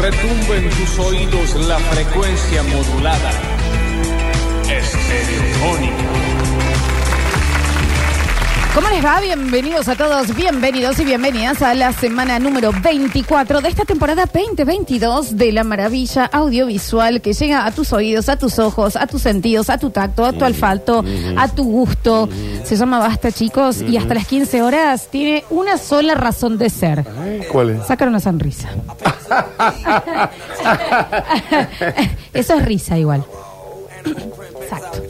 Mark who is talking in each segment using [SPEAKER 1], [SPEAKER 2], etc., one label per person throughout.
[SPEAKER 1] retumbe en tus oídos la frecuencia modulada. Estereofónica.
[SPEAKER 2] ¿Cómo les va? Bienvenidos a todos, bienvenidos y bienvenidas a la semana número 24 de esta temporada 2022 de la maravilla audiovisual que llega a tus oídos, a tus ojos, a tus sentidos, a tu tacto,
[SPEAKER 3] Mm,
[SPEAKER 2] a tu olfato, a tu gusto. Se llama Basta, chicos, y
[SPEAKER 3] Mm.
[SPEAKER 2] hasta las 15 horas tiene una sola razón de ser.
[SPEAKER 3] ¿Cuál es?
[SPEAKER 2] Sacar una sonrisa. Eso es risa igual. Exacto.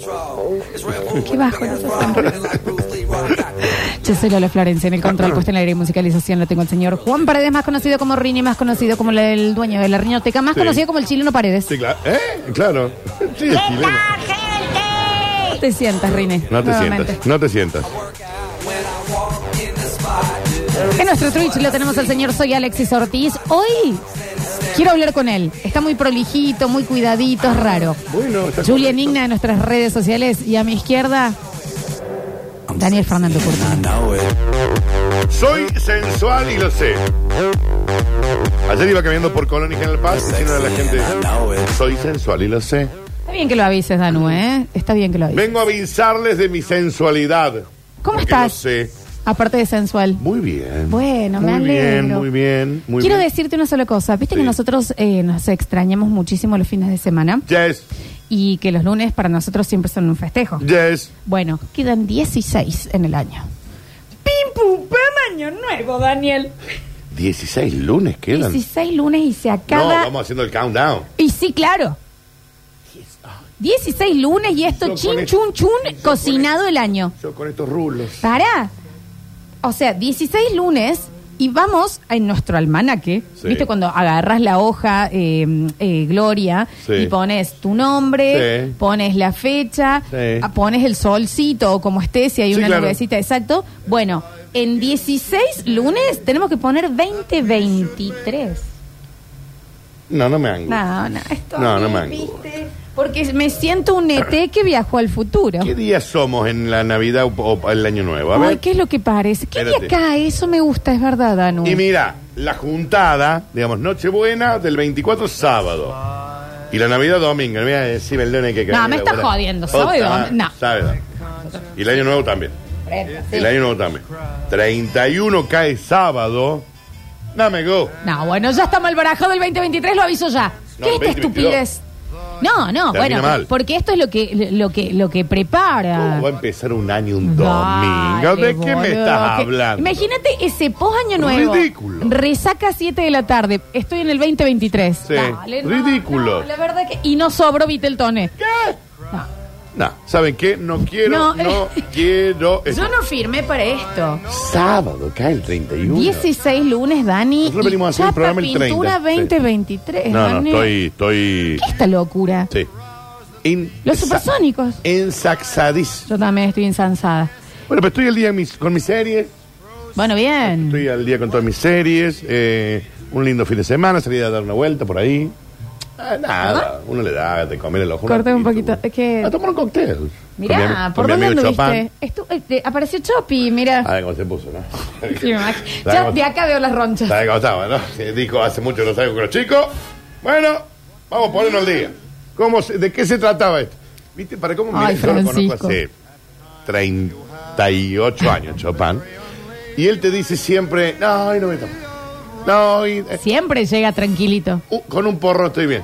[SPEAKER 2] Qué bajo esa sonrisa. Yo soy Lola Florencia, en el control puesto en el aire y musicalización lo tengo el señor Juan Paredes, más conocido como Rini, más conocido como la- el dueño de la riñoteca, más
[SPEAKER 3] Sí.
[SPEAKER 2] conocido como el chileno Paredes.
[SPEAKER 3] Sí, claro. ¿Eh? Claro. Sí, es chileno.
[SPEAKER 2] No te sientas, Rini.
[SPEAKER 3] No te
[SPEAKER 2] nuevamente.
[SPEAKER 3] sientas, no te sientas.
[SPEAKER 2] En nuestro Twitch lo tenemos al señor Soy Alexis Ortiz. Hoy quiero hablar con él. Está muy prolijito, muy cuidadito, es raro.
[SPEAKER 3] Bueno, está
[SPEAKER 2] Julian
[SPEAKER 3] correcto.
[SPEAKER 2] Igna en nuestras redes sociales y a mi izquierda, Daniel Fernando Curtino.
[SPEAKER 3] Soy sensual y lo sé. Ayer iba caminando por Colón y General Paz diciendo a la gente, soy sensual y lo sé.
[SPEAKER 2] Está bien que lo avises, Danu, ¿eh? Está bien que lo avises.
[SPEAKER 3] Vengo a avisarles de mi sensualidad.
[SPEAKER 2] ¿Cómo
[SPEAKER 3] Porque
[SPEAKER 2] estás?
[SPEAKER 3] Lo sé.
[SPEAKER 2] Aparte de sensual.
[SPEAKER 3] Muy bien.
[SPEAKER 2] Bueno, me
[SPEAKER 3] muy bien,
[SPEAKER 2] alegro.
[SPEAKER 3] muy bien, muy
[SPEAKER 2] Quiero
[SPEAKER 3] bien.
[SPEAKER 2] decirte una sola cosa. Viste que
[SPEAKER 3] Sí.
[SPEAKER 2] nosotros eh, nos extrañamos muchísimo los fines de semana
[SPEAKER 3] Yes,
[SPEAKER 2] y que los lunes para nosotros siempre son un festejo.
[SPEAKER 3] yes.
[SPEAKER 2] Bueno, quedan 16 en el año. ¡Pim, pum, pam, año nuevo, Daniel!
[SPEAKER 3] 16 lunes quedan.
[SPEAKER 2] 16 lunes y se
[SPEAKER 3] No,
[SPEAKER 2] acaba.
[SPEAKER 3] vamos haciendo el countdown.
[SPEAKER 2] y sí, claro. 16 lunes y esto
[SPEAKER 3] Yo
[SPEAKER 2] chin,
[SPEAKER 3] con
[SPEAKER 2] chun,
[SPEAKER 3] esto-
[SPEAKER 2] chun,
[SPEAKER 3] yo con
[SPEAKER 2] cocinado el año.
[SPEAKER 3] Yo con estos rulos.
[SPEAKER 2] Para. O sea, 16 lunes y vamos en nuestro almanaque.
[SPEAKER 3] Sí.
[SPEAKER 2] ¿Viste cuando agarras la hoja eh, eh, Gloria
[SPEAKER 3] Sí.
[SPEAKER 2] y pones tu nombre,
[SPEAKER 3] Sí.
[SPEAKER 2] pones la fecha,
[SPEAKER 3] Sí.
[SPEAKER 2] ah, pones el solcito o como esté, si hay
[SPEAKER 3] Sí,
[SPEAKER 2] una
[SPEAKER 3] claro.
[SPEAKER 2] nubecita, exacto? Bueno, en 16 lunes tenemos que poner 2023.
[SPEAKER 3] No, no me angustia.
[SPEAKER 2] No, no, esto
[SPEAKER 3] No,
[SPEAKER 2] a
[SPEAKER 3] no
[SPEAKER 2] mí,
[SPEAKER 3] me angustia. Ah.
[SPEAKER 2] ¿viste? Porque me siento un ET que viajó al futuro.
[SPEAKER 3] ¿Qué día somos en la Navidad o- o el Año Nuevo? A
[SPEAKER 2] Ay,
[SPEAKER 3] ver.
[SPEAKER 2] ¿qué es lo que parece? ¿Qué día
[SPEAKER 3] Espérate.
[SPEAKER 2] cae? Eso me gusta, es verdad, Danu.
[SPEAKER 3] Y mira, la juntada, digamos, Nochebuena del 24 sábado. Y la Navidad domingo. eh, No me voy a decir el lunes que
[SPEAKER 2] No, me está jodiendo, sábado y domingo, no.
[SPEAKER 3] Sábado. ¿eh? Y el Año Nuevo también.
[SPEAKER 2] Sí.
[SPEAKER 3] El Año Nuevo también. 31 cae sábado. No me go.
[SPEAKER 2] No, bueno, ya está mal barajado el 2023, lo aviso ya.
[SPEAKER 3] No,
[SPEAKER 2] ¿Qué
[SPEAKER 3] el
[SPEAKER 2] esta
[SPEAKER 3] 2022.
[SPEAKER 2] estupidez? No, no,
[SPEAKER 3] Termina
[SPEAKER 2] bueno,
[SPEAKER 3] mal.
[SPEAKER 2] porque esto es lo que lo que lo que prepara.
[SPEAKER 3] ¿Cómo va a empezar un año un
[SPEAKER 2] Dale,
[SPEAKER 3] domingo? ¿De qué
[SPEAKER 2] boludo,
[SPEAKER 3] me estás
[SPEAKER 2] que-
[SPEAKER 3] hablando?
[SPEAKER 2] Imagínate ese pos año nuevo.
[SPEAKER 3] Ridículo.
[SPEAKER 2] Resaca 7 de la tarde. Estoy en el 2023.
[SPEAKER 3] Sí, ridículo.
[SPEAKER 2] no, la verdad que y no sobro Viteltoné.
[SPEAKER 3] ¿Qué?
[SPEAKER 2] No.
[SPEAKER 3] No, ¿saben qué? No quiero,
[SPEAKER 2] No. eh.
[SPEAKER 3] no, quiero.
[SPEAKER 2] Yo no firmé para esto.
[SPEAKER 3] Sábado cae el 31.
[SPEAKER 2] 16 lunes, Dani.
[SPEAKER 3] Nosotros
[SPEAKER 2] y
[SPEAKER 3] venimos a hacer el
[SPEAKER 2] chapa
[SPEAKER 3] programa el 30.
[SPEAKER 2] pintura
[SPEAKER 3] Sí.
[SPEAKER 2] 2023.
[SPEAKER 3] No, no,
[SPEAKER 2] Dani.
[SPEAKER 3] estoy, estoy.
[SPEAKER 2] ¿Qué esta locura?
[SPEAKER 3] Sí. En-
[SPEAKER 2] Los
[SPEAKER 3] sa-
[SPEAKER 2] supersónicos.
[SPEAKER 3] Ensaxadís.
[SPEAKER 2] Yo también estoy ensansada.
[SPEAKER 3] Bueno, pero estoy al día mis- con mis series.
[SPEAKER 2] Bueno, bien.
[SPEAKER 3] Estoy al día con todas mis series. eh, un lindo fin de semana, salir a dar una vuelta por ahí. Ah, nada, uno le da, te comer el ojo.
[SPEAKER 2] Corté un
[SPEAKER 3] ratito.
[SPEAKER 2] poquito, es que-
[SPEAKER 3] A tomar un cóctel. Con mi
[SPEAKER 2] Mirá,
[SPEAKER 3] ami-
[SPEAKER 2] ¿por
[SPEAKER 3] con mi
[SPEAKER 2] dónde
[SPEAKER 3] amigo
[SPEAKER 2] anduviste? Estu- eh, te- apareció Chopi, mira.
[SPEAKER 3] Ah, cómo se puso, ¿no?
[SPEAKER 2] Sí, me imagino.
[SPEAKER 3] Sabe
[SPEAKER 2] ya
[SPEAKER 3] cómo-
[SPEAKER 2] de acá veo las ronchas.
[SPEAKER 3] ¿Sabe cómo estaba, no? Que Dijo, hace mucho no salgo con los chicos. Bueno, vamos a ponernos al día. ¿Cómo se- ¿De qué se trataba esto? ¿Viste? ¿Para cómo
[SPEAKER 2] Ay,
[SPEAKER 3] yo lo
[SPEAKER 2] Francisco.
[SPEAKER 3] conozco hace 38 años, Chopin. Y él te dice siempre, no, hoy no me tomo. No, hoy, eh,
[SPEAKER 2] Siempre llega tranquilito.
[SPEAKER 3] u- con un porro estoy bien.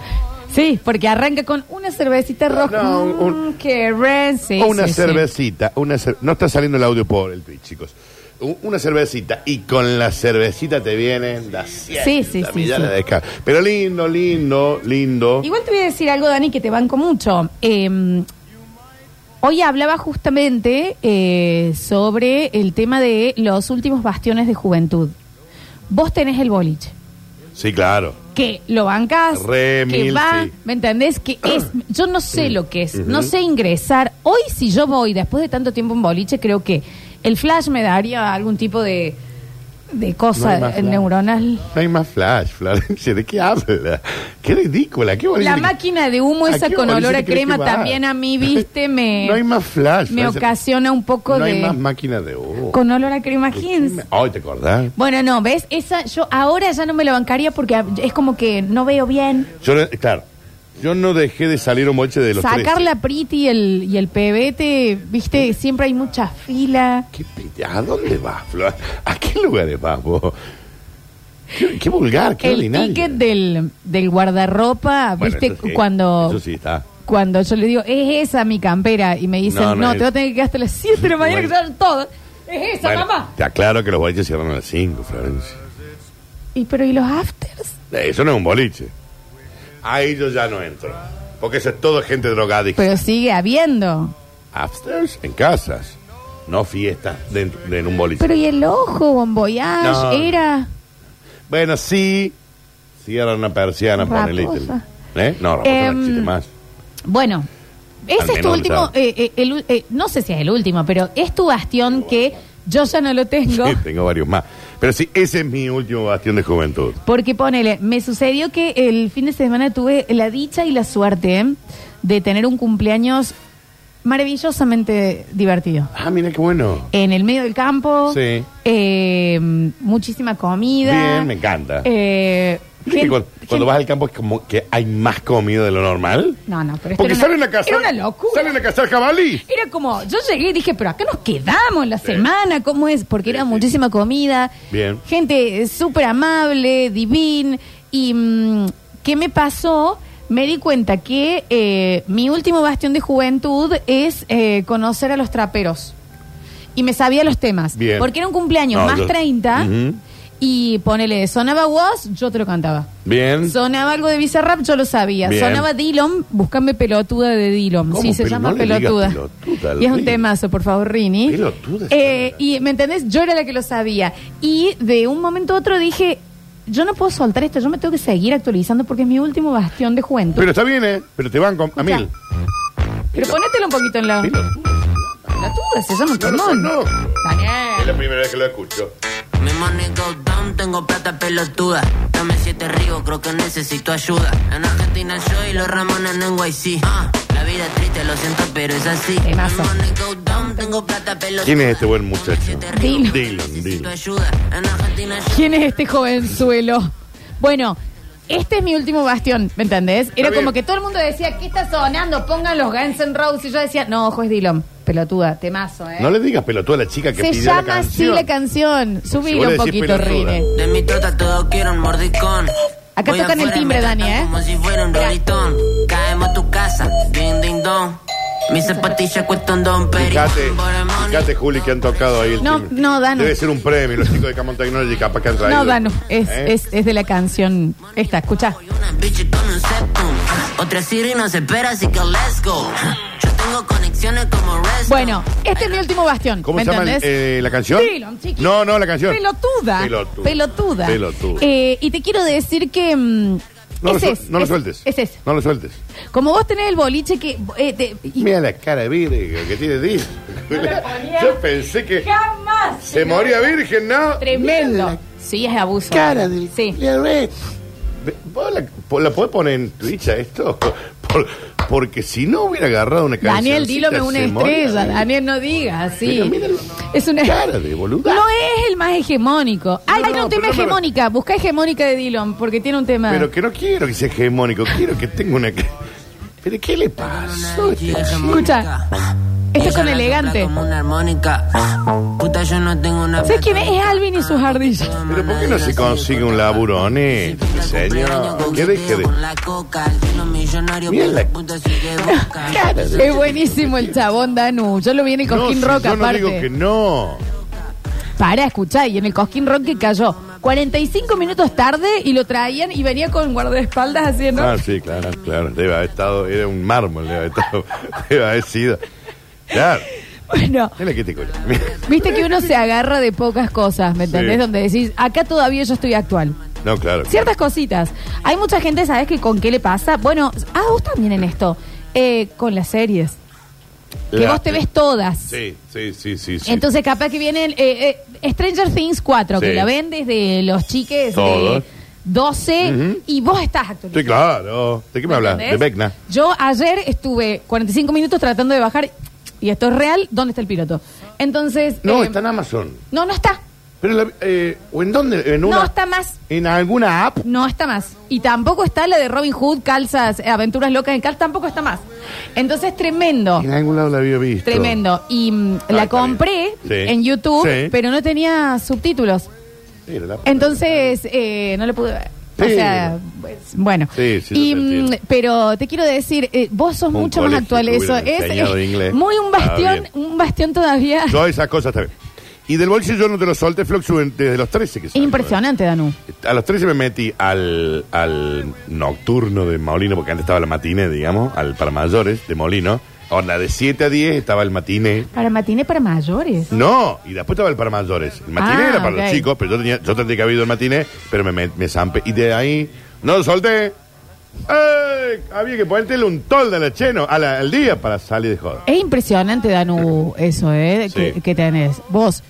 [SPEAKER 2] Sí, porque arranca con una cervecita roja.
[SPEAKER 3] No, un-
[SPEAKER 2] Mm, qué ren, sí,
[SPEAKER 3] o una
[SPEAKER 2] sí, sí.
[SPEAKER 3] cervecita. Una cer- no está saliendo el audio por el Twitch, chicos. U- Una cervecita y con la cervecita te vienen las
[SPEAKER 2] Sí, sí, sí,
[SPEAKER 3] millares
[SPEAKER 2] sí.
[SPEAKER 3] de esca- Pero lindo, lindo, lindo.
[SPEAKER 2] Igual te voy a decir algo, Dani, que te banco mucho. Eh, hoy hablaba justamente eh, sobre el tema de los últimos bastiones de juventud. Vos tenés el boliche.
[SPEAKER 3] Sí, claro.
[SPEAKER 2] que lo bancas,
[SPEAKER 3] Re
[SPEAKER 2] que
[SPEAKER 3] mil,
[SPEAKER 2] va,
[SPEAKER 3] sí.
[SPEAKER 2] ¿me entendés? Que es, yo no sé lo que es, no sé ingresar. Hoy si yo voy después de tanto tiempo en boliche, creo que el flash me daría algún tipo de de
[SPEAKER 3] No
[SPEAKER 2] cosa
[SPEAKER 3] hay más
[SPEAKER 2] eh,
[SPEAKER 3] nada.
[SPEAKER 2] neuronal.
[SPEAKER 3] No hay más flash, Florencia. ¿De qué habla? Qué ridícula, qué bonita.
[SPEAKER 2] La máquina de humo
[SPEAKER 3] ¿A
[SPEAKER 2] esa
[SPEAKER 3] qué
[SPEAKER 2] con
[SPEAKER 3] Florencia
[SPEAKER 2] olor a
[SPEAKER 3] te crees que
[SPEAKER 2] crema
[SPEAKER 3] va?
[SPEAKER 2] también a mí, viste, me,
[SPEAKER 3] No hay más flash.
[SPEAKER 2] me
[SPEAKER 3] Florencia.
[SPEAKER 2] ocasiona un poco
[SPEAKER 3] No hay
[SPEAKER 2] de...
[SPEAKER 3] más máquina de humo.
[SPEAKER 2] Con olor a crema jeans.
[SPEAKER 3] Ay, ¿te acordás?
[SPEAKER 2] Bueno, no, ¿ves? Esa yo ahora ya no me la bancaría porque a- es como que no veo bien.
[SPEAKER 3] Yo, no- claro, yo no dejé de salir un moche de los
[SPEAKER 2] Sacar
[SPEAKER 3] 13.
[SPEAKER 2] la priti y el, y el pebete, viste, siempre hay mucha fila.
[SPEAKER 3] ¿Qué pe- ¿A dónde vas, Flor? ¿A qué lugares vas vos? Qué, qué vulgar, qué
[SPEAKER 2] El
[SPEAKER 3] ordinario.
[SPEAKER 2] ticket del, del guardarropa,
[SPEAKER 3] Bueno,
[SPEAKER 2] viste,
[SPEAKER 3] eso sí,
[SPEAKER 2] cuando,
[SPEAKER 3] Eso sí está.
[SPEAKER 2] cuando yo le digo, es esa mi campera, y me dicen, no,
[SPEAKER 3] No, no
[SPEAKER 2] te
[SPEAKER 3] es.
[SPEAKER 2] voy a tener que quedar hasta las 7 de la mañana que
[SPEAKER 3] Bueno.
[SPEAKER 2] salen todos. Es esa,
[SPEAKER 3] Bueno,
[SPEAKER 2] mamá.
[SPEAKER 3] Te aclaro que los boliches cierran a las 5, Florencia.
[SPEAKER 2] Y pero, ¿y los afters?
[SPEAKER 3] Eh, Eso no es un boliche. Ahí yo ya no entro. Porque eso es todo gente drogadicta.
[SPEAKER 2] Pero sigue habiendo.
[SPEAKER 3] Upstairs, en casas. No fiestas dentro de en un boliche.
[SPEAKER 2] Pero, ¿y el ojo, bomboyage?
[SPEAKER 3] No.
[SPEAKER 2] Era.
[SPEAKER 3] Bueno, sí. Cierran una persiana, ponele.
[SPEAKER 2] Raposa.
[SPEAKER 3] ¿Eh? No, Raposa
[SPEAKER 2] Em,
[SPEAKER 3] no existe más.
[SPEAKER 2] Bueno,
[SPEAKER 3] Al
[SPEAKER 2] ese es tu
[SPEAKER 3] menos,
[SPEAKER 2] último,
[SPEAKER 3] claro.
[SPEAKER 2] eh, eh, el ul- eh, no sé si es el último, pero es tu bastión que yo ya no lo tengo.
[SPEAKER 3] Sí, tengo varios más. Pero sí, ese es mi último bastión de juventud.
[SPEAKER 2] Porque ponele, me sucedió que el fin de semana tuve la dicha y la suerte eh, de tener un cumpleaños maravillosamente divertido.
[SPEAKER 3] Ah, mira qué bueno.
[SPEAKER 2] En el medio del campo,
[SPEAKER 3] Sí.
[SPEAKER 2] eh, muchísima comida.
[SPEAKER 3] Bien, me encanta.
[SPEAKER 2] Eh,
[SPEAKER 3] ¿Viste
[SPEAKER 2] gen-
[SPEAKER 3] que cuando, cuando
[SPEAKER 2] gen-
[SPEAKER 3] vas al campo es como que hay más comida de lo normal?
[SPEAKER 2] No, no, pero esto
[SPEAKER 3] Porque
[SPEAKER 2] era una-
[SPEAKER 3] salen a cazar.
[SPEAKER 2] Era una locura.
[SPEAKER 3] Salen a cazar jabalí.
[SPEAKER 2] Era como, yo llegué y dije, pero acá nos quedamos la semana, ¿cómo es? Porque era
[SPEAKER 3] Sí, sí.
[SPEAKER 2] muchísima comida.
[SPEAKER 3] Bien.
[SPEAKER 2] Gente eh, súper amable, divin. ¿Y mm, qué me pasó? Me di cuenta que eh, mi último bastión de juventud es eh, conocer a los traperos. Y me sabía los temas.
[SPEAKER 3] Bien.
[SPEAKER 2] Porque era un cumpleaños
[SPEAKER 3] No,
[SPEAKER 2] más
[SPEAKER 3] yo-
[SPEAKER 2] 30.
[SPEAKER 3] Ujú.
[SPEAKER 2] Y ponele, sonaba Woz, yo te lo cantaba.
[SPEAKER 3] Bien.
[SPEAKER 2] Sonaba algo de Bizarrap, yo lo sabía.
[SPEAKER 3] Bien.
[SPEAKER 2] Sonaba Dillom, buscame pelotuda de Dillom.
[SPEAKER 3] ¿Cómo?
[SPEAKER 2] Sí, se
[SPEAKER 3] Pero
[SPEAKER 2] llama
[SPEAKER 3] no le digas
[SPEAKER 2] pelotuda.
[SPEAKER 3] pelotuda al
[SPEAKER 2] Y es un
[SPEAKER 3] Rini.
[SPEAKER 2] temazo, por favor, Rini.
[SPEAKER 3] Pelotuda,
[SPEAKER 2] Eh,
[SPEAKER 3] señora.
[SPEAKER 2] y, ¿me entendés? Yo era la que lo sabía. Y de un momento a otro dije, yo no puedo soltar esto, yo me tengo que seguir actualizando porque es mi último bastión de juventud.
[SPEAKER 3] Pero está bien, ¿eh? Pero te van con, a
[SPEAKER 2] Escucha.
[SPEAKER 3] mil.
[SPEAKER 2] Pero ponételo un poquito en la...
[SPEAKER 3] Pelotuda.
[SPEAKER 2] Pelotuda, se llama un
[SPEAKER 3] No lo
[SPEAKER 2] temón.
[SPEAKER 3] conozco. Es
[SPEAKER 2] Daniel.
[SPEAKER 3] la primera vez que lo escucho.
[SPEAKER 4] Mi money go down, tengo plata pelotuda. Dame siete ríos, creo que necesito ayuda. En Argentina yo y los Ramones en NYC. Ah, la vida es triste, lo siento, pero es así. Mi
[SPEAKER 2] Temazo.
[SPEAKER 4] money go down, tengo plata pelotuda.
[SPEAKER 3] ¿Quién es este buen muchacho?
[SPEAKER 4] Siete
[SPEAKER 2] Dilo.
[SPEAKER 4] ríos, creo que
[SPEAKER 3] Dilo,
[SPEAKER 4] necesito
[SPEAKER 3] dilo.
[SPEAKER 4] ayuda. En Argentina yo-
[SPEAKER 2] ¿Quién es este jovenzuelo? Bueno, este es mi último bastión, ¿me entendés? Era
[SPEAKER 3] Está bien.
[SPEAKER 2] como que todo el mundo decía, ¿qué está sonando? Pongan los Guns N' Roses. Y yo decía, no, ojo, es Dillon. Pelotuda, temazo, ¿eh?
[SPEAKER 3] No le digas pelotuda a la chica que
[SPEAKER 2] Se
[SPEAKER 3] pidió la
[SPEAKER 2] llama así
[SPEAKER 3] canción.
[SPEAKER 2] la canción.
[SPEAKER 3] vos
[SPEAKER 2] Subilo
[SPEAKER 3] le
[SPEAKER 2] un
[SPEAKER 3] decís
[SPEAKER 2] poquito,
[SPEAKER 3] pelotuda.
[SPEAKER 2] Rine.
[SPEAKER 4] De mi trota todos quieren mordicón.
[SPEAKER 2] Acá
[SPEAKER 4] Voy
[SPEAKER 2] tocan el
[SPEAKER 4] afuera y
[SPEAKER 2] timbre,
[SPEAKER 4] me tratan
[SPEAKER 2] Dani, ¿eh?
[SPEAKER 4] Como si fuera un rolitón. Caemos a tu casa, ding ding dong. Mis zapatillas cuestan don perigón.
[SPEAKER 3] Fíjate,
[SPEAKER 4] Por el money.
[SPEAKER 3] fíjate, Juli, que han tocado ahí el
[SPEAKER 2] No,
[SPEAKER 3] timbre.
[SPEAKER 2] no, Danu.
[SPEAKER 3] Debe ser un premio, los chicos de Camon Technology capaz que han traído.
[SPEAKER 2] No, Danu, es,
[SPEAKER 3] ¿Eh?
[SPEAKER 2] es, es de la canción. Esta, escucha.
[SPEAKER 4] Soy una bitch con un septum. Otra Siri nos espera, así que let's go. Yo tengo conexiones como Resto.
[SPEAKER 2] Bueno, este es mi último bastión.
[SPEAKER 3] ¿Cómo
[SPEAKER 2] ¿Me
[SPEAKER 3] se llama el-
[SPEAKER 2] entendés?
[SPEAKER 3] eh, la canción?
[SPEAKER 2] Dillon, chiquito.
[SPEAKER 3] no, no, la canción.
[SPEAKER 2] Pelotuda.
[SPEAKER 3] Pelotuda.
[SPEAKER 2] Pelotuda.
[SPEAKER 3] Pelotuda.
[SPEAKER 2] Eh, y te quiero decir que. mm,
[SPEAKER 3] No,
[SPEAKER 2] es
[SPEAKER 3] lo,
[SPEAKER 2] ese,
[SPEAKER 3] su- no lo
[SPEAKER 2] es-
[SPEAKER 3] sueltes.
[SPEAKER 2] Es ese.
[SPEAKER 3] No lo sueltes.
[SPEAKER 2] Como vos tenés el boliche que. eh, te- y-
[SPEAKER 3] Mira la cara de virgen que tiene Dill. Yo pensé que
[SPEAKER 2] ¡Jamás!
[SPEAKER 3] se moría virgen, ¿no?
[SPEAKER 2] Tremendo. Sí, es abuso.
[SPEAKER 3] Cara del
[SPEAKER 2] Sí.
[SPEAKER 3] Ve- ¿Vos la, po- la podés poner en Twitch a esto? Por- porque si no hubiera agarrado una canción.
[SPEAKER 2] Daniel, dílome una estrella. Daniel, no digas así.
[SPEAKER 3] Pero míralo.
[SPEAKER 2] Es una.
[SPEAKER 3] Cara de boluda.
[SPEAKER 2] No es el más hegemónico. Hay, hay
[SPEAKER 3] no,
[SPEAKER 2] un tema
[SPEAKER 3] pero no me-
[SPEAKER 2] hegemónica. Busca hegemónica de Dillon, porque tiene un tema.
[SPEAKER 3] Pero que no quiero que sea hegemónico, quiero que tenga una. ca- ¿Pero qué le pasó? a este chico?
[SPEAKER 2] Escucha. Esto es con
[SPEAKER 4] Ella la sopla
[SPEAKER 2] elegante.
[SPEAKER 4] Como una armónica. Puta, yo no tengo una.
[SPEAKER 2] ¿Sabes quién es? Es Alvin y sus ardillas.
[SPEAKER 3] ¿Pero por qué no se consigue un laburo honesto, este señor? Que deje de. Mira la-
[SPEAKER 4] de.
[SPEAKER 2] Es buenísimo el chabón Danu. Yo lo vi en el
[SPEAKER 3] No, si
[SPEAKER 2] Cosquín Rock
[SPEAKER 3] yo no
[SPEAKER 2] aparte.
[SPEAKER 3] digo que no.
[SPEAKER 2] Para, escuchar y en el Cosquín Rock que cayó. 45 minutos tarde y lo traían y venía con guardaespaldas haciendo.
[SPEAKER 3] Ah, sí, claro, claro. Debe haber estado, era un mármol, debe haber estado, debe haber sido. Claro,
[SPEAKER 2] Bueno.
[SPEAKER 3] es la que te coño.
[SPEAKER 2] Viste que uno se agarra de pocas cosas, ¿me entendés?
[SPEAKER 3] Sí.
[SPEAKER 2] Donde decís, acá todavía yo estoy actual.
[SPEAKER 3] No, claro.
[SPEAKER 2] Ciertas cositas. Hay mucha gente, ¿sabes que con qué le pasa? Bueno, ah, vos también en esto. Eh, con las series. Que
[SPEAKER 3] La-
[SPEAKER 2] vos te ves todas.
[SPEAKER 3] Sí, sí, sí, sí. sí.
[SPEAKER 2] Entonces, capaz que vienen. eh, eh, Stranger Things 4, que
[SPEAKER 3] Sí.
[SPEAKER 2] la ven desde los chiques de
[SPEAKER 3] Todos.
[SPEAKER 2] 12
[SPEAKER 3] Ujú.
[SPEAKER 2] y vos estás actualizado.
[SPEAKER 3] Sí, claro. ¿De qué me hablas? De
[SPEAKER 2] ¿Entendés?
[SPEAKER 3] Vecna.
[SPEAKER 2] Yo ayer estuve 45 minutos tratando de bajar, y esto es real, ¿dónde está el piloto? Entonces...
[SPEAKER 3] No,
[SPEAKER 2] eh,
[SPEAKER 3] está en Amazon.
[SPEAKER 2] No, no está.
[SPEAKER 3] Pero la- eh, ¿O en dónde? En una,
[SPEAKER 2] No está más.
[SPEAKER 3] ¿En alguna app?
[SPEAKER 2] No está más. Y tampoco está la de Robin Hood, Calzas, eh, Aventuras Locas en Cal, tampoco está más. Entonces, tremendo.
[SPEAKER 3] En algún lado la había visto.
[SPEAKER 2] Tremendo. Y mm,
[SPEAKER 3] Ah,
[SPEAKER 2] la
[SPEAKER 3] está bien.
[SPEAKER 2] compré
[SPEAKER 3] Sí.
[SPEAKER 2] en YouTube,
[SPEAKER 3] Sí.
[SPEAKER 2] pero no tenía subtítulos.
[SPEAKER 3] Mira, la puta.
[SPEAKER 2] Entonces, eh, no le pude ver. O
[SPEAKER 3] Sí.
[SPEAKER 2] sea, pues, bueno.
[SPEAKER 3] Sí, sí,
[SPEAKER 2] Y,
[SPEAKER 3] lo entiendo.
[SPEAKER 2] mm, pero te quiero decir, eh, vos sos
[SPEAKER 3] Un
[SPEAKER 2] mucho más
[SPEAKER 3] colegio
[SPEAKER 2] actual.
[SPEAKER 3] que
[SPEAKER 2] Eso
[SPEAKER 3] hubiera
[SPEAKER 2] es
[SPEAKER 3] enseñado
[SPEAKER 2] eh,
[SPEAKER 3] inglés.
[SPEAKER 2] muy un bastión,
[SPEAKER 3] Ah,
[SPEAKER 2] un bastión todavía.
[SPEAKER 3] Yo esas cosas también. Y del bolsillo yo no te lo solté, Flox, desde los 13 que
[SPEAKER 2] es
[SPEAKER 3] salgo,
[SPEAKER 2] impresionante, Danu.
[SPEAKER 3] ¿eh? A los 13 me metí al, al nocturno de Molino, porque antes estaba la matiné, digamos, al para mayores de Molino. Onda, de 7 a 10 estaba el matiné.
[SPEAKER 2] Para matiné para mayores.
[SPEAKER 3] No, y después estaba el para mayores. El matiné
[SPEAKER 2] Ah,
[SPEAKER 3] era para
[SPEAKER 2] ok.
[SPEAKER 3] los chicos, pero yo, tenía, yo tendría que haber ido al matiné, pero me, me, me zampé. Y de ahí, no lo solté. ¡Ey! Había que ponerle un toldo a la cheno a la- al día para salir de joda.
[SPEAKER 2] Es impresionante, Danu, eso, ¿eh?
[SPEAKER 3] Sí.
[SPEAKER 2] Que, que tenés. Vos,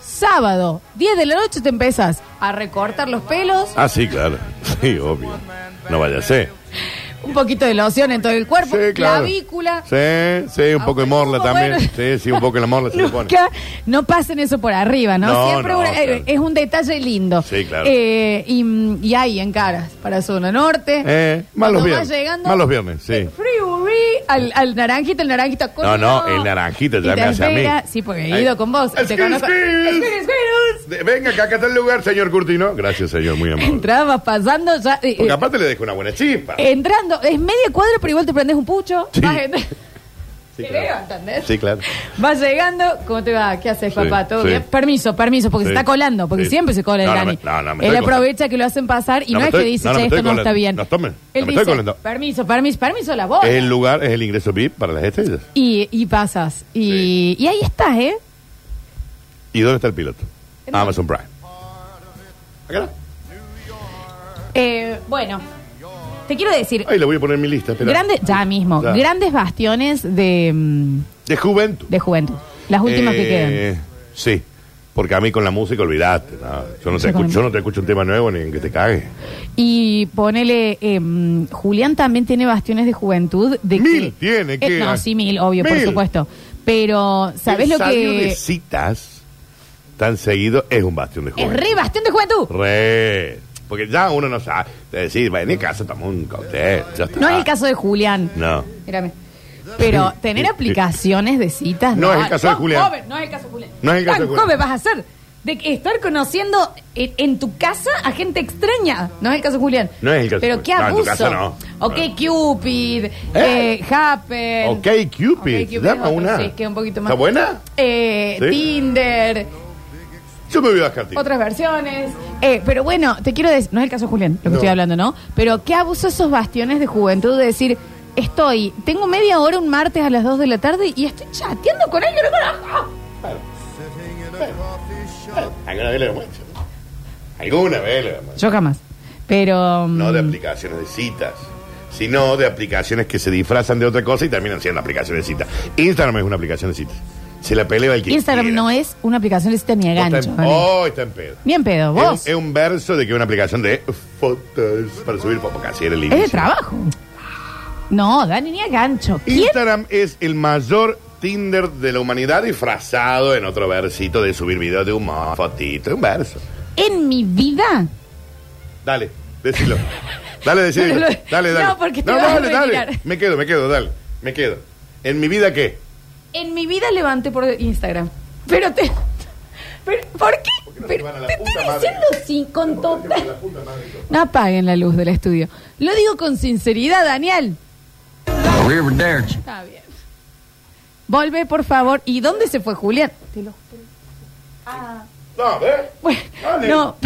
[SPEAKER 2] sábado, 10 de la noche te empezás a recortar los pelos,
[SPEAKER 3] Ah, sí, claro. Sí, obvio. No vaya a ser.
[SPEAKER 2] un poquito de loción en todo el cuerpo, clavícula.
[SPEAKER 3] Sí, sí, un poco de morla también. Sí, sí, un poco de la morla se le pone.
[SPEAKER 2] Nunca, no pasen eso por arriba, ¿no?
[SPEAKER 3] No,
[SPEAKER 2] Siempre
[SPEAKER 3] no,
[SPEAKER 2] una- eh,
[SPEAKER 3] claro.
[SPEAKER 2] es un detalle lindo.
[SPEAKER 3] Sí, claro.
[SPEAKER 2] Eh, y, mm, y hay en caras, para zona norte.
[SPEAKER 3] Eh,
[SPEAKER 2] Cuando
[SPEAKER 3] malos
[SPEAKER 2] vas
[SPEAKER 3] viernes.
[SPEAKER 2] llegando-
[SPEAKER 3] Malos viernes, sí.
[SPEAKER 2] Friuri, al, al naranjito, el naranjito con
[SPEAKER 3] No, no, el naranjito ya
[SPEAKER 2] Y te
[SPEAKER 3] me hace a mí.
[SPEAKER 2] espera- Sí, porque he
[SPEAKER 3] Ahí.
[SPEAKER 2] ido con vos.
[SPEAKER 3] Skills,
[SPEAKER 2] te conozco.
[SPEAKER 3] skills.
[SPEAKER 2] Skills, skills.
[SPEAKER 3] De- Venga, que acá está el lugar, señor Curtino. Gracias, señor, muy amable.
[SPEAKER 2] Entrabas pasando ya. eh,
[SPEAKER 3] Porque
[SPEAKER 2] eh,
[SPEAKER 3] aparte le dejo una buena chispa.
[SPEAKER 2] entrando, es media cuadra, pero igual te prendes un pucho.
[SPEAKER 3] Sí.
[SPEAKER 2] Vas, en-
[SPEAKER 3] Sí,
[SPEAKER 2] te
[SPEAKER 3] claro.
[SPEAKER 2] veo, ¿entendés?
[SPEAKER 3] Sí, claro.
[SPEAKER 2] Vas llegando, ¿cómo te va? ¿Qué haces,
[SPEAKER 3] Sí,
[SPEAKER 2] papá? ¿Todo
[SPEAKER 3] sí.
[SPEAKER 2] bien? Permiso, permiso, porque
[SPEAKER 3] Sí,
[SPEAKER 2] se está colando, porque
[SPEAKER 3] sí.
[SPEAKER 2] siempre se cola el
[SPEAKER 3] No, no
[SPEAKER 2] Dani.
[SPEAKER 3] me- no, no, me
[SPEAKER 2] Él
[SPEAKER 3] estoy
[SPEAKER 2] aprovecha que lo hacen pasar y no,
[SPEAKER 3] No, me
[SPEAKER 2] es que
[SPEAKER 3] estoy-
[SPEAKER 2] dice,
[SPEAKER 3] no, no,
[SPEAKER 2] che,
[SPEAKER 3] me
[SPEAKER 2] esto
[SPEAKER 3] estoy
[SPEAKER 2] no está
[SPEAKER 3] colando.
[SPEAKER 2] bien.
[SPEAKER 3] No, tomen, no
[SPEAKER 2] Él
[SPEAKER 3] me estoy
[SPEAKER 2] dice,
[SPEAKER 3] colando.
[SPEAKER 2] permiso, permiso, permiso, la voz.
[SPEAKER 3] El lugar es el ingreso VIP para las estrellas.
[SPEAKER 2] Y, y pasas. Y, y ahí estás, ¿eh?
[SPEAKER 3] ¿Y dónde está el piloto?
[SPEAKER 2] ¿En dónde?
[SPEAKER 3] Amazon Prime. Acá. está.
[SPEAKER 2] Eh, bueno, te quiero decir,
[SPEAKER 3] Ahí le voy a poner en mi lista. espera.
[SPEAKER 2] grandes, ya mismo,
[SPEAKER 3] Ya.
[SPEAKER 2] grandes bastiones de, mm,
[SPEAKER 3] De juventud.
[SPEAKER 2] de juventud. Las últimas que quedan.
[SPEAKER 3] Eh, Sí, porque a mí con la música olvidate. ¿no? Yo, no
[SPEAKER 2] Sí,
[SPEAKER 3] te escucho,
[SPEAKER 2] con-
[SPEAKER 3] yo no te escucho un tema nuevo ni en que te cague.
[SPEAKER 2] Y ponele, em, Julián también tiene bastiones de juventud. De
[SPEAKER 3] Mil
[SPEAKER 2] que-
[SPEAKER 3] tiene,
[SPEAKER 2] Eh,
[SPEAKER 3] ¿qué?
[SPEAKER 2] no, sí, mil, obvio, por
[SPEAKER 3] Mil.
[SPEAKER 2] supuesto. Pero, ¿sabés
[SPEAKER 3] El
[SPEAKER 2] lo
[SPEAKER 3] salió
[SPEAKER 2] que
[SPEAKER 3] de
[SPEAKER 2] es?
[SPEAKER 3] citas tan seguido es un bastión de juventud.
[SPEAKER 2] re bastión de juventud.
[SPEAKER 3] Re. Porque ya uno no sabe. Te decís, vení a casa, toma un cóctel. ya está.
[SPEAKER 2] No es el caso de Julián.
[SPEAKER 3] No.
[SPEAKER 2] Mírame. Pero tener aplicaciones de citas.
[SPEAKER 3] No es el caso de
[SPEAKER 2] Tan
[SPEAKER 3] Julián.
[SPEAKER 2] joven, no es el caso de Julián.
[SPEAKER 3] No es el caso
[SPEAKER 2] Tan
[SPEAKER 3] de Julián.
[SPEAKER 2] joven vas a ser? De que estar conociendo en, en tu casa a gente extraña. No es el caso de Julián.
[SPEAKER 3] No es el caso de
[SPEAKER 2] Pero qué
[SPEAKER 3] Julián. No,
[SPEAKER 2] abuso.
[SPEAKER 3] en tu casa no. Ah.
[SPEAKER 2] Ok, Cupid. Eh, Happen.
[SPEAKER 3] Ok, Cupid.
[SPEAKER 2] Ok, Cupid es
[SPEAKER 3] Dame
[SPEAKER 2] otro,
[SPEAKER 3] una.
[SPEAKER 2] sí, que un poquito más.
[SPEAKER 3] ¿Está buena?
[SPEAKER 2] Eh,
[SPEAKER 3] Sí.
[SPEAKER 2] Tinder,
[SPEAKER 3] Yo me voy a bajar Tinder.
[SPEAKER 2] otras versiones. Eh, pero bueno, te quiero decir, no es el caso de Julián, lo que
[SPEAKER 3] No.
[SPEAKER 2] estoy hablando, ¿no? Pero qué abuso esos bastiones de juventud de decir, estoy, tengo media hora un martes a las 2 de la tarde y estoy chateando con alguien que no conozco.
[SPEAKER 3] Alguna vez lo hemos hecho. Alguna vez lo hemos hecho.
[SPEAKER 2] Yo jamás. Pero. mm,
[SPEAKER 3] No de aplicaciones de citas, sino de aplicaciones que se disfrazan de otra cosa y terminan siendo aplicaciones de citas. Instagram es una aplicación de citas. Se la pelea el que
[SPEAKER 2] Instagram
[SPEAKER 3] quiera.
[SPEAKER 2] no es una aplicación de cita ni a
[SPEAKER 3] Vos
[SPEAKER 2] gancho.
[SPEAKER 3] está en-
[SPEAKER 2] ¿vale?
[SPEAKER 3] Oh, está en pedo.
[SPEAKER 2] Ni en pedo,
[SPEAKER 3] Es un-
[SPEAKER 2] vos.
[SPEAKER 3] Es, un verso de que es una aplicación de fotos para subir fotos. Casi era el
[SPEAKER 2] es de
[SPEAKER 3] inicio.
[SPEAKER 2] trabajo. No, Dani, ni a gancho. ¿Quién?
[SPEAKER 3] Instagram es el mayor Tinder de la humanidad disfrazado en otro versito de subir videos de humor, fotito, un verso.
[SPEAKER 2] En mi vida
[SPEAKER 3] Dale, decilo. Dale, decilo.
[SPEAKER 2] No, no, no.
[SPEAKER 3] dale, dale.
[SPEAKER 2] No, porque te vas a retirar.
[SPEAKER 3] Me quedo, me quedo, dale. Me quedo. ¿En mi vida qué?
[SPEAKER 2] En mi vida levanté por Instagram. Pero te. Pero, ¿Por qué?
[SPEAKER 3] Porque no se
[SPEAKER 2] Pero
[SPEAKER 3] van a la
[SPEAKER 2] te
[SPEAKER 3] puta
[SPEAKER 2] estoy
[SPEAKER 3] madre.
[SPEAKER 2] diciendo sin con total.
[SPEAKER 3] La puta madre.
[SPEAKER 2] No apaguen la luz del estudio. Lo digo con sinceridad, Daniel. Está bien. Volve, por favor. ¿Y dónde se fue Julián? Te lo-
[SPEAKER 3] No, ¿ves?
[SPEAKER 2] Bueno,
[SPEAKER 3] Dale.
[SPEAKER 2] no.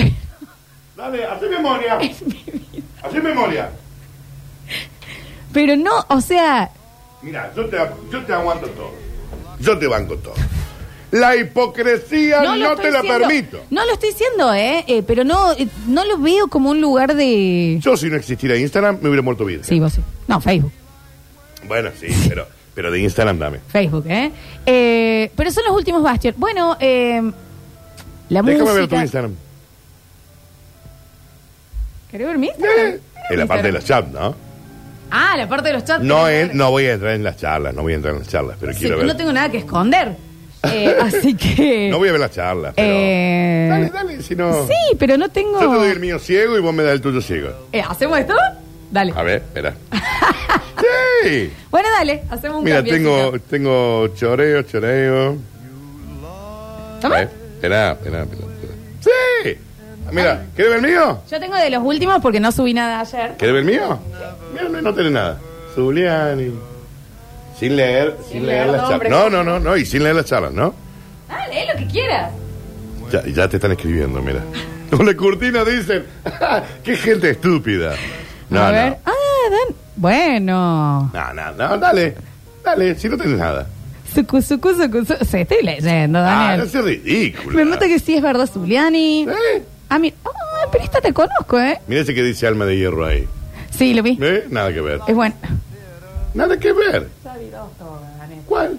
[SPEAKER 3] Dale, hace memoria. Hace memoria.
[SPEAKER 2] Pero no, o sea.
[SPEAKER 3] Mira, yo te, yo te aguanto todo. Yo te banco todo. La hipocresía no,
[SPEAKER 2] lo
[SPEAKER 3] te
[SPEAKER 2] estoy
[SPEAKER 3] la
[SPEAKER 2] diciendo.
[SPEAKER 3] permito.
[SPEAKER 2] No lo estoy diciendo, ¿eh? Eh, pero no, eh, no lo veo como un lugar de.
[SPEAKER 3] Yo si no existiera Instagram me hubiera muerto vida.
[SPEAKER 2] Sí, vos sí. No, Facebook.
[SPEAKER 3] Bueno, sí, pero, pero de Instagram dame.
[SPEAKER 2] Facebook, ¿eh? Eh, Pero son los últimos bastiones. Bueno, eh, La
[SPEAKER 3] Déjame ver tu
[SPEAKER 2] música.
[SPEAKER 3] Instagram.
[SPEAKER 2] ¿Querés ver mi Instagram?
[SPEAKER 3] Eh, En la parte de los chats, ¿no?
[SPEAKER 2] Ah, la parte de los chats.
[SPEAKER 3] No, en- no voy a entrar en las charlas, no voy a entrar en las charlas, pero
[SPEAKER 2] Sí,
[SPEAKER 3] quiero ver.
[SPEAKER 2] no tengo nada que esconder. Eh, así que.
[SPEAKER 3] No voy a ver las charlas, pero.
[SPEAKER 2] eh,
[SPEAKER 3] Dale, dale, si no.
[SPEAKER 2] Sí, pero no
[SPEAKER 3] Yo
[SPEAKER 2] tengo.
[SPEAKER 3] te doy el mío ciego y vos me das el tuyo ciego.
[SPEAKER 2] Eh, ¿Hacemos esto? Dale.
[SPEAKER 3] A ver, espera. ¡Sí!
[SPEAKER 2] Bueno, dale, hacemos un
[SPEAKER 3] Mira,
[SPEAKER 2] cambiecito.
[SPEAKER 3] tengo, tengo choreo, choreo.
[SPEAKER 2] Toma.
[SPEAKER 3] A ver, Esperá, esperá, esperá. esperá. ¡Sí! Mira, ¿querés ver el mío?
[SPEAKER 2] Yo tengo de los últimos porque no subí nada ayer.
[SPEAKER 3] ¿Querés ver el mío? Mira, no, no tenés nada. Zuliani. Sin leer, sin, leer,
[SPEAKER 2] leer
[SPEAKER 3] las
[SPEAKER 2] nombre.
[SPEAKER 3] charlas. No, no, no, no, y sin leer las charlas, ¿no?
[SPEAKER 2] Ah, lee lo que quieras.
[SPEAKER 3] Ya, ya te están escribiendo, mira. Con la cortina dicen, ¡qué gente estúpida! No,
[SPEAKER 2] A
[SPEAKER 3] no.
[SPEAKER 2] ver. Ah, Dan. Bueno.
[SPEAKER 3] No, no, no, dale. Dale, si no tenés nada.
[SPEAKER 2] Sucu, sucu, sucu, su- Se estoy leyendo,
[SPEAKER 3] Ah, no
[SPEAKER 2] Daniel.
[SPEAKER 3] seas ridículo.
[SPEAKER 2] Me nota que sí es verdad, Zuliani.
[SPEAKER 3] ¿Eh?
[SPEAKER 2] Ah, mira. Ah, pero esta te conozco, ¿eh?
[SPEAKER 3] Mira ese que dice alma de hierro ahí.
[SPEAKER 2] Sí, lo vi.
[SPEAKER 3] ¿Eh? Nada que ver.
[SPEAKER 2] Es bueno.
[SPEAKER 3] Nada que ver. ¿Cuál?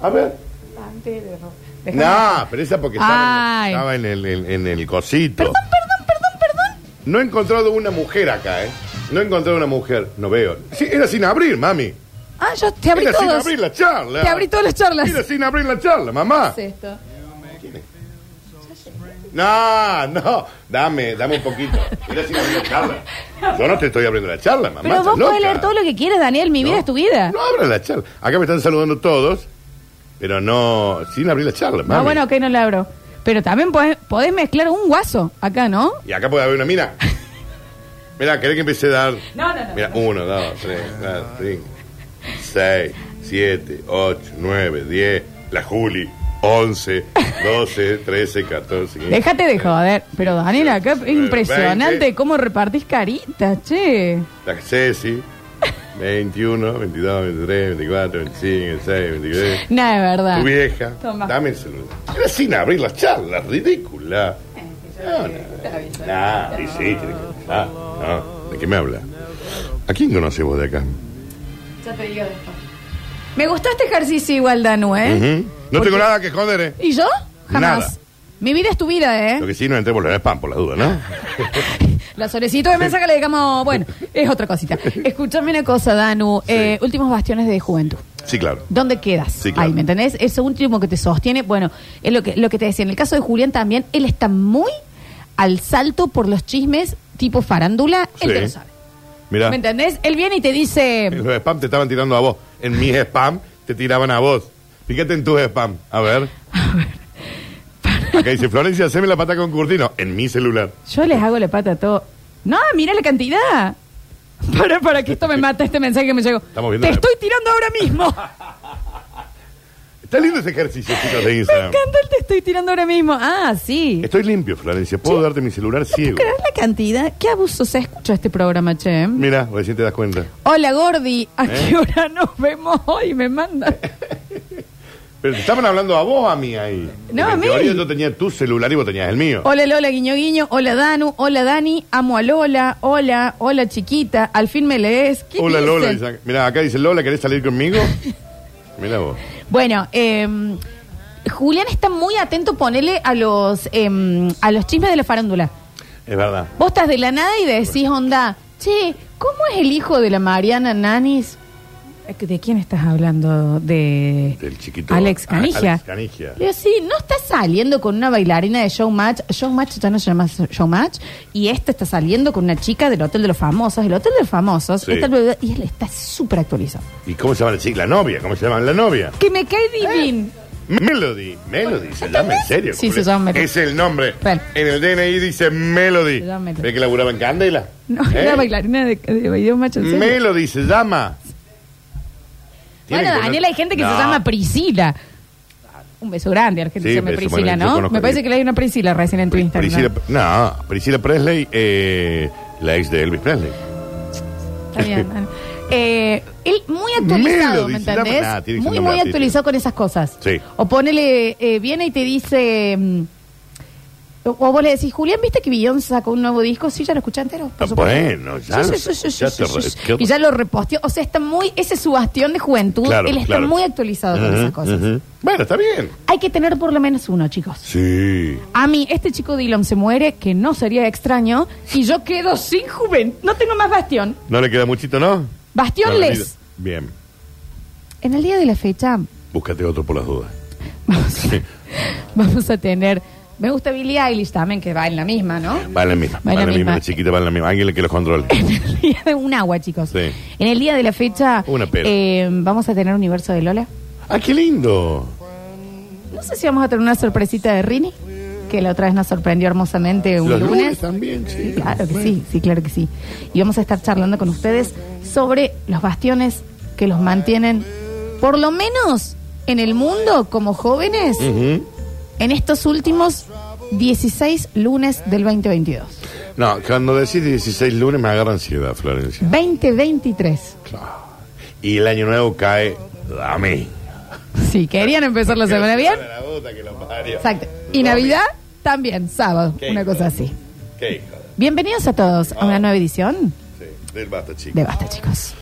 [SPEAKER 3] A ver. No, pero esa porque estaba, en,
[SPEAKER 2] Ay.
[SPEAKER 3] estaba en el, en- en el cosito.
[SPEAKER 2] Perdón, perdón, perdón, perdón.
[SPEAKER 3] No he encontrado una mujer acá, ¿eh? No he encontrado una mujer. No veo. Sí, era sin abrir, mami.
[SPEAKER 2] Ah, yo te abrí
[SPEAKER 3] Era sin
[SPEAKER 2] todos.
[SPEAKER 3] abrir la charla.
[SPEAKER 2] Te abrí todas las charlas.
[SPEAKER 3] Era sin abrir la charla, mamá.
[SPEAKER 2] ¿Qué es esto?
[SPEAKER 3] No, no. Dame, dame un poquito. Era sin abrir la charla. Yo no te estoy abriendo la charla, mamá.
[SPEAKER 2] Pero
[SPEAKER 3] estás
[SPEAKER 2] vos podés
[SPEAKER 3] loca.
[SPEAKER 2] leer todo lo que quieras, Daniel. Mi vida es tu vida.
[SPEAKER 3] No abra la charla. Acá me están saludando todos, pero no. Sin abrir la charla, mami.
[SPEAKER 2] Ah, bueno, ok, no la abro. Pero también podés, podés mezclar un guaso acá, ¿no?
[SPEAKER 3] Y acá puede haber una mina. Mira, ¿querés que empiece a dar?
[SPEAKER 2] No, no, no.
[SPEAKER 3] Mira, uno, dos, tres, cuatro, cinco, seis, siete, ocho, nueve, diez. La Juli, once, doce, trece, catorce. quince.
[SPEAKER 2] Déjate de joder. Pero Daniel, acá es impresionante
[SPEAKER 3] 20.
[SPEAKER 2] cómo repartís caritas, che.
[SPEAKER 3] La Ceci, 21, 22, 23, 24, 25, 26, 23.
[SPEAKER 2] Nada, es
[SPEAKER 3] Tu
[SPEAKER 2] verdad.
[SPEAKER 3] vieja.
[SPEAKER 2] Ah. Toma.
[SPEAKER 3] Dame el celular. Era sin abrir las charlas, ridícula.
[SPEAKER 2] Eh,
[SPEAKER 3] No, no. Nah, sí, sí, tiene que- nah, no. ¿De qué me habla? ¿A quién conoces vos de acá?
[SPEAKER 2] Me gustó este ejercicio igual, Danu, ¿eh?
[SPEAKER 3] Ujú. No
[SPEAKER 2] Porque-
[SPEAKER 3] tengo nada que esconder, ¿eh?
[SPEAKER 2] ¿Y yo? Jamás.
[SPEAKER 3] Nada.
[SPEAKER 2] Mi vida es tu vida,
[SPEAKER 3] Lo
[SPEAKER 2] ¿eh?
[SPEAKER 3] que sí, no entremos en el spam por la duda, ¿no?
[SPEAKER 2] La solecito de mensaje le digamos, bueno, es otra cosita. Escúchame una cosa, Danu. Eh, últimos bastiones de juventud.
[SPEAKER 3] Sí, claro.
[SPEAKER 2] ¿Dónde quedas?
[SPEAKER 3] Sí, claro.
[SPEAKER 2] Ahí, ¿me entendés? Ese último que te sostiene, bueno, es lo que, lo que te decía. En el caso de Julián también, él está muy al salto por los chismes tipo farándula, él
[SPEAKER 3] Sí.
[SPEAKER 2] te lo sabe.
[SPEAKER 3] Mira,
[SPEAKER 2] ¿Me entendés? Él viene y te dice,
[SPEAKER 3] los spam te estaban tirando a vos. En mis spam te tiraban a vos. Fíjate en tus spam. A ver. Acá dice Florencia, haceme la pata con Curtino. En mi celular.
[SPEAKER 2] yo les hago la pata a todo. No, mira la cantidad. Para, para que esto me mata este mensaje que me llegó.
[SPEAKER 3] Estamos viendo
[SPEAKER 2] te
[SPEAKER 3] la-
[SPEAKER 2] estoy tirando ahora mismo.
[SPEAKER 3] Está lindo ese ejercicio, chicos, de
[SPEAKER 2] Me
[SPEAKER 3] Instagram.
[SPEAKER 2] encanta el te estoy tirando ahora mismo. Ah, sí.
[SPEAKER 3] Estoy limpio, Florencia. Puedo darte mi celular ciego.
[SPEAKER 2] ¿Crees la cantidad? ¿Qué abuso se escucha este programa, che?
[SPEAKER 3] Mira, recién te das cuenta.
[SPEAKER 2] Hola, Gordi. ¿A
[SPEAKER 3] ¿Eh?
[SPEAKER 2] qué hora nos vemos hoy? Me manda.
[SPEAKER 3] Pero te estaban hablando a vos, a mí ahí.
[SPEAKER 2] No,
[SPEAKER 3] Porque
[SPEAKER 2] a mí.
[SPEAKER 3] en teoría yo tenía tu celular y vos tenías el mío.
[SPEAKER 2] Hola Lola Guiño Guiño, hola Danu, hola Dani, amo a Lola, hola, hola chiquita, al fin me lees. ¿Qué
[SPEAKER 3] Hola,
[SPEAKER 2] dicen?
[SPEAKER 3] Lola. dice- Mira, acá dice Lola, ¿querés salir conmigo? Mira vos.
[SPEAKER 2] Bueno, eh, Julián está muy atento, ponele a los eh, a los chismes de la farándula.
[SPEAKER 3] Es verdad.
[SPEAKER 2] Vos estás de la nada y decís, onda, che, ¿cómo es el hijo de la Mariana Nanis? Eh, ¿De quién estás hablando? De
[SPEAKER 3] Del chiquito-
[SPEAKER 2] Alex Canigia.
[SPEAKER 3] Alex Canigia.
[SPEAKER 2] Le digo, sí, no está saliendo con una bailarina de Showmatch. Showmatch ya no se llama Showmatch. Y esta está saliendo con una chica del Hotel de los Famosos. El Hotel de los Famosos.
[SPEAKER 3] Sí.
[SPEAKER 2] esta bla, bla, bla, y él está súper actualizado.
[SPEAKER 3] ¿Y cómo se llama la chica? La novia. ¿Cómo se llama la novia?
[SPEAKER 2] Que me cae divin.
[SPEAKER 3] Melody. Melody. ¿Se llama en serio?
[SPEAKER 2] Sí,
[SPEAKER 3] Julia?
[SPEAKER 2] se llama Melody.
[SPEAKER 3] Es el nombre.
[SPEAKER 2] Bueno.
[SPEAKER 3] En el DNI dice Melody.
[SPEAKER 2] Se llama Melody.
[SPEAKER 3] ¿Ve que laburaba en Candela?
[SPEAKER 2] No,
[SPEAKER 3] ¿Eh?
[SPEAKER 2] una bailarina de, de Showmatch. en serio.
[SPEAKER 3] Melody se llama. Tiene
[SPEAKER 2] Bueno,
[SPEAKER 3] que poner-
[SPEAKER 2] Daniel, hay gente que
[SPEAKER 3] No.
[SPEAKER 2] se llama Priscila. Un beso grande, Argentina
[SPEAKER 3] Sí,
[SPEAKER 2] se llama
[SPEAKER 3] beso,
[SPEAKER 2] Priscila,
[SPEAKER 3] bueno, yo
[SPEAKER 2] ¿no?
[SPEAKER 3] conozco
[SPEAKER 2] Me
[SPEAKER 3] a
[SPEAKER 2] parece
[SPEAKER 3] alguien.
[SPEAKER 2] que le hay una Priscila recién en tu
[SPEAKER 3] Pri-
[SPEAKER 2] Instagram.
[SPEAKER 3] Priscila, no, Priscila Presley, eh, la ex de Elvis Presley.
[SPEAKER 2] Está bien, Dani. Eh, él muy actualizado,
[SPEAKER 3] Melody,
[SPEAKER 2] ¿me
[SPEAKER 3] se llama-
[SPEAKER 2] entendés?
[SPEAKER 3] Nah, tiene que ser
[SPEAKER 2] muy,
[SPEAKER 3] nombre
[SPEAKER 2] muy
[SPEAKER 3] artístico.
[SPEAKER 2] actualizado con esas cosas.
[SPEAKER 3] Sí.
[SPEAKER 2] O ponele, eh, viene y te dice, mm, O o vos le decís, Julián, ¿viste que Beyoncé sacó un nuevo disco? Sí, ya lo escuché entero. por
[SPEAKER 3] Ah,
[SPEAKER 2] supuesto.
[SPEAKER 3] bueno, ya
[SPEAKER 2] Sí,
[SPEAKER 3] lo-
[SPEAKER 2] sí, sí, sí,
[SPEAKER 3] ya
[SPEAKER 2] sí,
[SPEAKER 3] te
[SPEAKER 2] sí,
[SPEAKER 3] re-
[SPEAKER 2] sí.
[SPEAKER 3] qué-
[SPEAKER 2] Y ya lo reposteó. O sea, está muy. Ese es su bastión de juventud.
[SPEAKER 3] Claro,
[SPEAKER 2] Él está
[SPEAKER 3] claro.
[SPEAKER 2] muy actualizado con esas
[SPEAKER 3] Ujú,
[SPEAKER 2] cosas.
[SPEAKER 3] ujú. Bueno, está bien.
[SPEAKER 2] Hay que tener por lo menos uno, chicos.
[SPEAKER 3] Sí.
[SPEAKER 2] A mí, este chico Dylan se muere, que no sería extraño, y yo quedo sin juventud. No tengo más bastión.
[SPEAKER 3] No le queda muchito, ¿no?
[SPEAKER 2] Bastión
[SPEAKER 3] No,
[SPEAKER 2] les.
[SPEAKER 3] olvida- Bien.
[SPEAKER 2] En el día de la fecha,
[SPEAKER 3] Búscate otro por las dudas.
[SPEAKER 2] vamos, vamos a tener. Me gusta Billie Eilish también, que va en la misma, ¿no?
[SPEAKER 3] Va en la misma. Va en la misma. La chiquita va en la misma. Alguien que los controle.
[SPEAKER 2] un agua, chicos.
[SPEAKER 3] Sí.
[SPEAKER 2] En el día de la fecha,
[SPEAKER 3] Una pera.
[SPEAKER 2] eh, vamos a tener universo de Lola.
[SPEAKER 3] ¡Ah, qué lindo!
[SPEAKER 2] No sé si vamos a tener una sorpresita de Rini, que la otra vez nos sorprendió hermosamente un
[SPEAKER 3] Los
[SPEAKER 2] lunes.
[SPEAKER 3] lunes también, sí.
[SPEAKER 2] Claro que sí, sí, claro que sí. Y vamos a estar charlando con ustedes sobre los bastiones que los mantienen, por lo menos en el mundo como jóvenes,
[SPEAKER 3] Ujú.
[SPEAKER 2] en estos últimos 16 lunes del 2022.
[SPEAKER 3] No, cuando decís 16 lunes me agarra ansiedad, Florencia.
[SPEAKER 2] 2023.
[SPEAKER 3] Claro. Y el año nuevo cae a mí.
[SPEAKER 2] Si querían empezar la semana bien,
[SPEAKER 3] La puta que lo parió.
[SPEAKER 2] exacto. Y Navidad también, sábado, una cosa así.
[SPEAKER 3] Qué hijo de-
[SPEAKER 2] Bienvenidos a todos a una nueva edición
[SPEAKER 3] sí, del basta, chico.
[SPEAKER 2] de Basta, chicos.